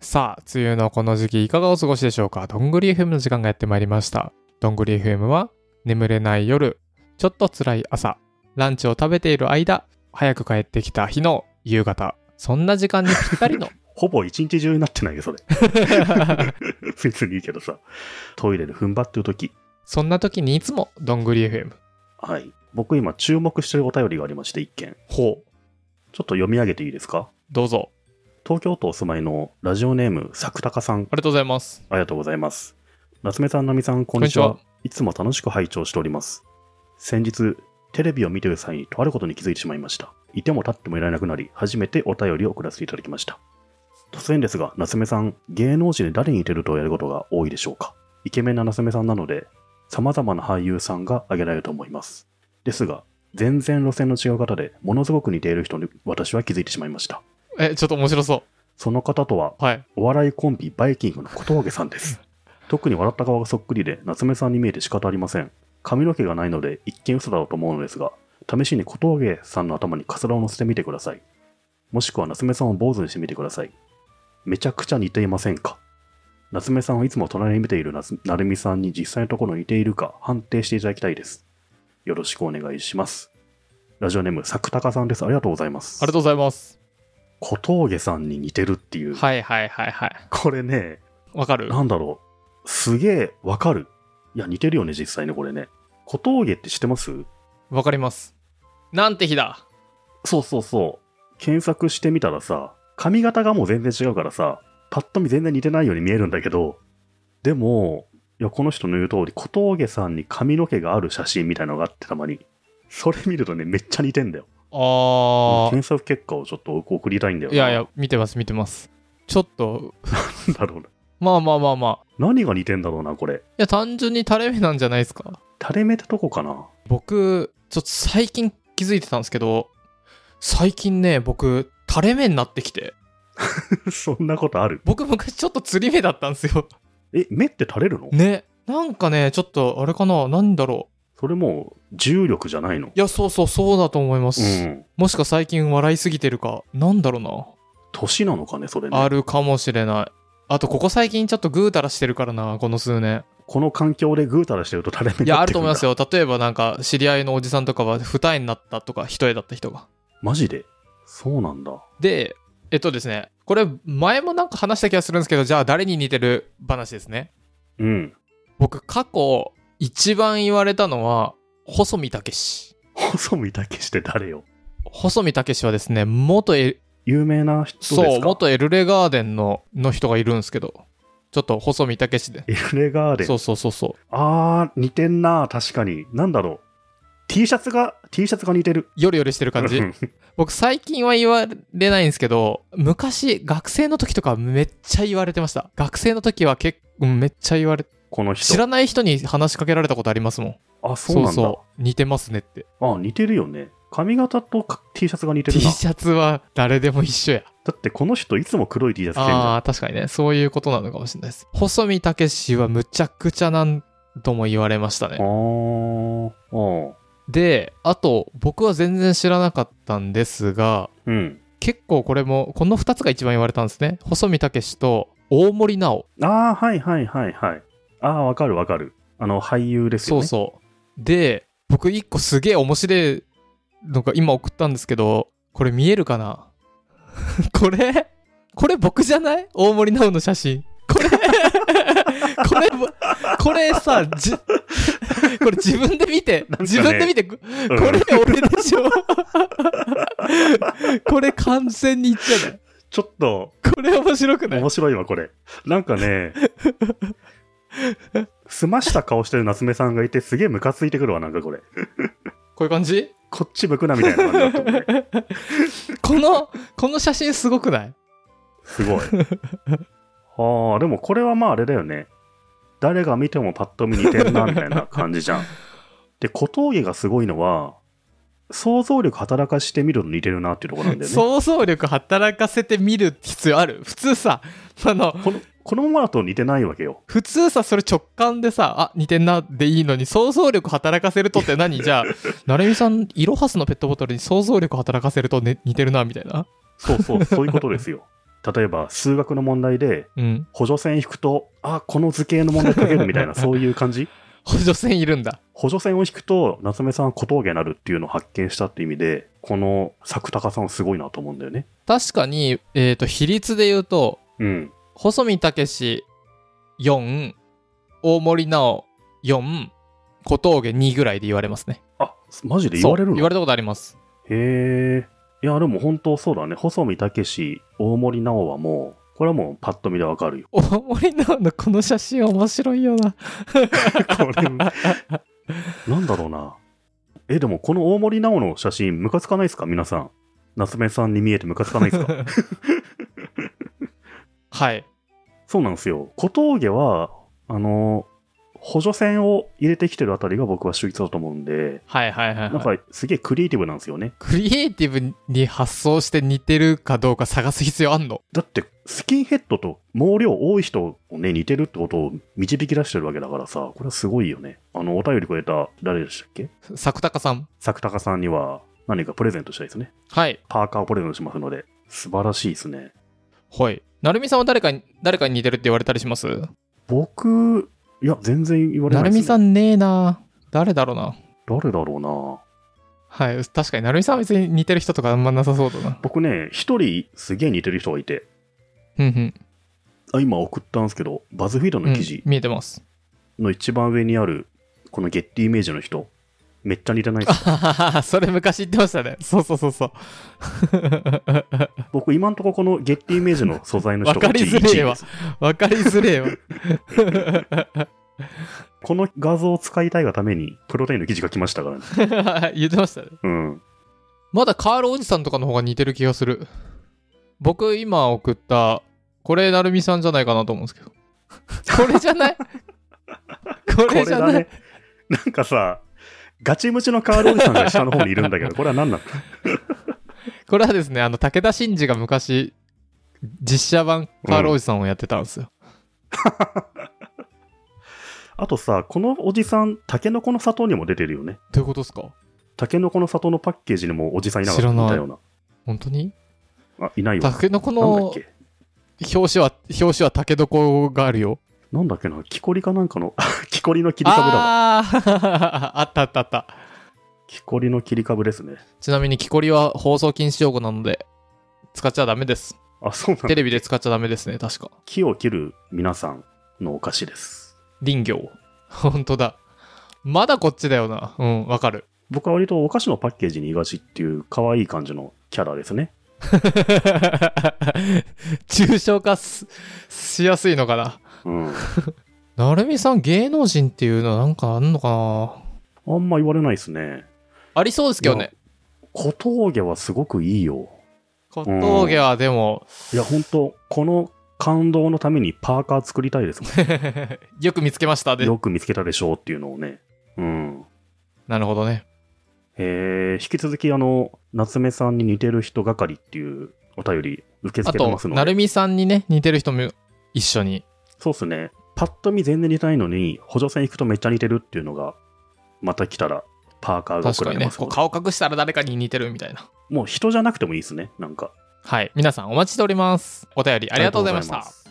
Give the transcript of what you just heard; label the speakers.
Speaker 1: さあ、梅雨のこの時期いかがお過ごしでしょうかどんぐり FM の時間がやってまいりました。どんぐり FM は、眠れない夜、ちょっと辛い朝、ランチを食べている間、早く帰ってきた日の夕方、そんな時間にぴったりの、
Speaker 2: ほぼ一日中になってないよ、それ。 別にいいけどさ。トイレで踏ん張ってる時
Speaker 1: そんな時にいつもどんぐり FM。
Speaker 2: はい。僕今注目してるお便りがありまして、一件。
Speaker 1: ほう、
Speaker 2: ちょっと読み上げていいですか
Speaker 1: どうぞ。
Speaker 2: 東京都お住まいのラジオネーム、さくたかさ
Speaker 1: あ
Speaker 2: ん。
Speaker 1: りがとうございます。
Speaker 2: ありがとうございます。夏目さん、なみさん、こんにちは。
Speaker 1: こんに
Speaker 2: いつも楽しく拝聴しております。先日、テレビを見ている際にとあることに気づいてしまいました。いても立ってもいられなくなり、初めてお便りを送らせていただきました。突然ですが、夏目さん、芸能人で誰に似てるとやることが多いでしょうかイケメンな夏目さんなので、様々な俳優さんが挙げられると思います。ですが、全然路線の違う方で、ものすごく似ている人に私は気づいてしまいました。
Speaker 1: え、ちょっと面白そ
Speaker 2: その方とは、
Speaker 1: う。はい。
Speaker 2: お笑いコンビバイキングの小峠さんです。特に笑った顔がそっくりで、夏目さんに見えて仕方ありません。髪の毛がないので、一見嘘だろうと思うのですが、試しに小峠さんの頭にカスラを乗せてみてください。もしくは夏目さんを坊主にしてみてください。めちゃくちゃ似ていませんか夏目さんをいつも隣に見ているなつなるみさんに実際のところ似ているか判定していただきたいです。よろしくお願いします。ラジオネーム、さくたかさんです。ありがとうございます。
Speaker 1: ありがとうございます。
Speaker 2: 小峠さんに似てるっていう。
Speaker 1: はいはいはいはい。
Speaker 2: これね、
Speaker 1: わかる
Speaker 2: なんだろう。すげえわかる。いや、似てるよね、実際ね、これね。小峠って知ってます
Speaker 1: わかります。なんて日だ。
Speaker 2: そうそうそう。検索してみたらさ、髪型がもう全然違うからさ、パッと見全然似てないように見えるんだけど、でも、いや、この人の言う通り、小峠さんに髪の毛がある写真みたいなのがあってたまに。それ見るとね、めっちゃ似てんだよ。
Speaker 1: あー。
Speaker 2: 検索結果をちょっと送りたいんだよな。
Speaker 1: いやいや、見てます見てます。ちょっと、
Speaker 2: なんだろうな。
Speaker 1: まあまあまあまあ。
Speaker 2: 何が似てんだろうな、これ。
Speaker 1: いや、単純に垂れ目なんじゃないですか。
Speaker 2: 垂れ目ってとこかな。
Speaker 1: 僕、ちょっと最近気づいてたんですけど、最近ね、僕、垂れ目になってきて。
Speaker 2: そんなことある。
Speaker 1: 僕、昔ちょっと釣り目だったんですよ。
Speaker 2: え、目って垂れるの
Speaker 1: ね。なんかね、ちょっと、あれかな、何だろ
Speaker 2: それもう重力じゃないの。
Speaker 1: う。いや、そうそう、そうだと思いま
Speaker 2: う
Speaker 1: す。
Speaker 2: ん。
Speaker 1: もしか最近笑いすぎてるか、なんだろうな。
Speaker 2: 年なのかね、それ
Speaker 1: あ
Speaker 2: ね。
Speaker 1: るかもしれない。あと、ここ最近ちょっとぐうたらしてるからな、この数年。
Speaker 2: この環境でぐうたらしてると垂れ目に
Speaker 1: いや、
Speaker 2: な
Speaker 1: あ
Speaker 2: っ
Speaker 1: る
Speaker 2: てく
Speaker 1: と
Speaker 2: ん
Speaker 1: 思い
Speaker 2: だ
Speaker 1: ますよ。例えば、なんか、知り合いのおじさんとかは、二重になったとか、一重だった人が。
Speaker 2: マジでそうなんだ。
Speaker 1: で、えっとですね、これ、前もなんか話した気がするんですけど、じゃあ、誰に似てる話ですね。
Speaker 2: うん。
Speaker 1: 僕、過去、一番言われたのは、細見武史。
Speaker 2: 細見武士って誰よ
Speaker 1: 細見武史はですね、元エル、
Speaker 2: 有名な人ですか
Speaker 1: そう、元エルレガーデンの、の人がいるんですけど、ちょっと細見武史で。
Speaker 2: エルレガーデ
Speaker 1: そ
Speaker 2: ン。
Speaker 1: うそうそうそう。
Speaker 2: あー、似てんな確かに。なんだろう。T シャツが、T シャツが似てる。
Speaker 1: ヨレヨレしてる感じ
Speaker 2: う。ん
Speaker 1: 僕最近は言われないんですけど昔学生の時とかめっちゃ言われてました学生の時は結構めっちゃ言われ
Speaker 2: この
Speaker 1: 知
Speaker 2: 人。
Speaker 1: らない人に話しかけられたことありますもん
Speaker 2: あ、そうなんだ。
Speaker 1: う似てますねって
Speaker 2: あ、似てるよね。髪型とか T シャツが似て
Speaker 1: T
Speaker 2: るな。
Speaker 1: シャツは誰でも一緒や
Speaker 2: だってこの人いつも黒い T シャツ着てるじゃん。
Speaker 1: ああ確かにねそういうことなのかもしれないです細見武士はむちゃくちゃなんとも言われました
Speaker 2: あ
Speaker 1: ね
Speaker 2: ー。あー。
Speaker 1: であと僕は全然知らなかったんですが
Speaker 2: うん。
Speaker 1: 結構これもこの2つが一番言われたんですね細見武士と大森奈緒
Speaker 2: ああ、はいはいはいはい。ああ、わかるわかる。あの、俳優です
Speaker 1: そう
Speaker 2: よね。う
Speaker 1: そう。で、僕一個すげえ面白いのが今送ったんですけど、これ見えるかな これこれ僕じゃない大森奈緒の写真。これ これ、これさ、じ、これ自分で見て、
Speaker 2: なんかね
Speaker 1: 自分で見て、こ
Speaker 2: ん
Speaker 1: れ俺でしょ これ完全にいっちゃうね。
Speaker 2: ちょっと、
Speaker 1: これ面白くない
Speaker 2: 面白いわ、これ。なん かね、すました顔してる夏目さんがいて、すげえムカついてくるわ、なんかこれ。
Speaker 1: こういう感じ
Speaker 2: こっち向くなみたいな感じだったもんね。
Speaker 1: この、この写真すごくない
Speaker 2: すごい。ああ、でもこれはまああれだよね。誰が見てもパッと見似てんな、みたいな感じじゃん。で、小峠がすごいのは、想像力働かしてみると似てるなっていうところなんだよね。
Speaker 1: 想像力働かせてみる必要ある普通さあの
Speaker 2: この、このままだと似てないわけよ。
Speaker 1: 普通さそれ直感でさあ似てんなでいいのに想像力働かせるとって何じゃあ成美さんイロハスのペットボトルに想像力働かせると、ね、似てるなみたいな
Speaker 2: そうそう、そういうことですよ。例えば数学の問題で
Speaker 1: うん。
Speaker 2: 補助線引くとあこの図形の問題解けるみた いなそういう感じ
Speaker 1: 補助線いるんだ。
Speaker 2: 補助線を引くと夏目さんは小峠になるっていうのを発見したって意味でこの作高さんはすごいなと思うんだよね
Speaker 1: 確かに、えっ、と、比率で言うと、
Speaker 2: うん
Speaker 1: 細見武士4、大森直4、小峠2ぐらいで言われますね。
Speaker 2: あマジで言われる
Speaker 1: そう
Speaker 2: の
Speaker 1: 言われたことあります。。
Speaker 2: へえ。いや、でも本当そうだね。細見武士、大森直はもう、これはもうパッと見でわかるよ
Speaker 1: 大森直のこの写真面白いよな。
Speaker 2: これ、なんだろうな。え、でもこの大森直の写真、ムカつかないですか皆さん。夏目さんに見えてムカつかないですか
Speaker 1: はい。
Speaker 2: そうなんですよ。小峠は、あの、補助線を入れてきてるあたりが僕は秀逸だと思うんで、
Speaker 1: はいはいはい、
Speaker 2: なん
Speaker 1: はい。
Speaker 2: かすげえクリエイティブなんですよね。
Speaker 1: クリエイティブに発想して似てるかどうか探す必要あんの
Speaker 2: だって、スキンヘッドと毛量多い人をね、似てるってことを導き出してるわけだからさ、これはすごいよね。あの、お便りくれた、誰でしたっけ
Speaker 1: 作高さん。
Speaker 2: 作高さんには何かプレゼントしたいですね。
Speaker 1: はい。
Speaker 2: パーカーをプレゼントしますので、素晴らしいですね。
Speaker 1: はい。なるみさんは誰かに、誰かに似てるって言われたりします
Speaker 2: 僕、いや、全然言われな
Speaker 1: ないるみ
Speaker 2: です、ね。
Speaker 1: さ
Speaker 2: ん。
Speaker 1: んねえな誰だろうな
Speaker 2: 誰だろうな。
Speaker 1: はい確かになるみさんは別に似てる人とかあんまなさそうだな
Speaker 2: 僕ね、一人すげえ似てる人がいて、
Speaker 1: うんうん
Speaker 2: あ今送ったんですけど、バズフィード
Speaker 1: う
Speaker 2: の
Speaker 1: ん
Speaker 2: 記事
Speaker 1: 見えてます
Speaker 2: の一番上にある、このゲッティイメージの人、めっちゃ似てないです
Speaker 1: あはははそれ昔言ってましたねそうそうそうそう
Speaker 2: 僕、今んとここのゲッティイメージの素材の人が
Speaker 1: わかりづ
Speaker 2: 1
Speaker 1: れ
Speaker 2: 位
Speaker 1: えわ
Speaker 2: です。
Speaker 1: わかりづれえわ
Speaker 2: この画像を使いたいがために、プロテインの記事が来ましたからね。
Speaker 1: 言ってましたね
Speaker 2: うん。
Speaker 1: まだカールおじさんとかの方が似てる気がする僕今送ったこれなるみさんじゃないかなと思うんですけどこれじゃない こ
Speaker 2: こ
Speaker 1: れ
Speaker 2: れ
Speaker 1: じゃ
Speaker 2: だ
Speaker 1: ない
Speaker 2: ね。なんかさ、ガチムチのカールおじさんが下の方にいるんだけど、これは何なの
Speaker 1: これはですね、あの、武田真治が昔、実写版カールおじさんをやってたんですよ。
Speaker 2: あとさ、このおじさん、タケノコの里にも出てるよね。
Speaker 1: どういうことですか
Speaker 2: タケノコの里のパッケージにもおじさんいなかった
Speaker 1: 知らない
Speaker 2: みたような。
Speaker 1: 本当に
Speaker 2: あ、いないよ。
Speaker 1: タケノコ
Speaker 2: なんだっ
Speaker 1: の
Speaker 2: け
Speaker 1: 表紙は、表紙はタケノコがあるよ。
Speaker 2: なんだっけな、木こりかなんかの、あ木こりの切り株だわ。
Speaker 1: ああー あったあったあった。
Speaker 2: 木こりの切り株ですね。
Speaker 1: ちなみに木こりは放送禁止用語なので、使っちゃダメです。
Speaker 2: あ、そうなん
Speaker 1: テ
Speaker 2: だ。
Speaker 1: レビで使っちゃダメですね、確か。
Speaker 2: 木を切る皆さんのお菓子です。
Speaker 1: 林業。 本当だ。まだこっちだよな。うん、わかる。
Speaker 2: 僕は割とお菓子のパッケージにいがちっていう可愛い感じのキャラですね。
Speaker 1: 抽象化すしやすいのかな。
Speaker 2: うん。
Speaker 1: なるみさん芸能人っていうのはなんかあんのかな
Speaker 2: あんま言われないですね。
Speaker 1: ありそうですけどね
Speaker 2: 小峠はすごくいいよ。
Speaker 1: 小峠はでも
Speaker 2: いや、ほんと、この感動のためにパーカー作りたいですも
Speaker 1: よく見つけました
Speaker 2: ん。
Speaker 1: で
Speaker 2: よく見つけたでしょうっていうのをね。うん。
Speaker 1: なるほどね
Speaker 2: えー、引き続き、あの、夏目さんに似てる人がかりっていうお便り受け
Speaker 1: あ
Speaker 2: 付けてま
Speaker 1: と
Speaker 2: すの
Speaker 1: な
Speaker 2: で。
Speaker 1: るみさんにね似てる人も一緒に
Speaker 2: そうっすね。パッと見全然似てないのに、補助線行くとめっちゃ似てるっていうのが、また来たら、パーカーが
Speaker 1: 確
Speaker 2: 送
Speaker 1: からにね
Speaker 2: れます
Speaker 1: こ
Speaker 2: の
Speaker 1: う
Speaker 2: で
Speaker 1: 顔隠したら誰かに似てるみたいな
Speaker 2: もう人じゃなくてもいいですね。なんか。
Speaker 1: はい皆さんお待ちしておりますお便りありがとうございまし
Speaker 2: ありが
Speaker 1: た
Speaker 2: とうございます